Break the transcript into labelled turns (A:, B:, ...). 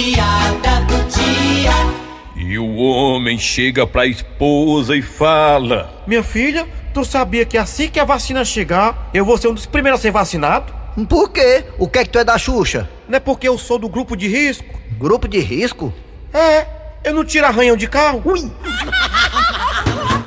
A: piada do dia.
B: E o homem chega pra esposa e fala:
C: Minha filha, tu sabia que assim que a vacina chegar, eu vou ser um dos primeiros a ser vacinado?
D: Por quê? O que é que tu é da Xuxa?
C: Não é porque eu sou do grupo de risco?
D: Grupo de risco?
C: É, eu não tiro arranhão de carro.
D: Ui!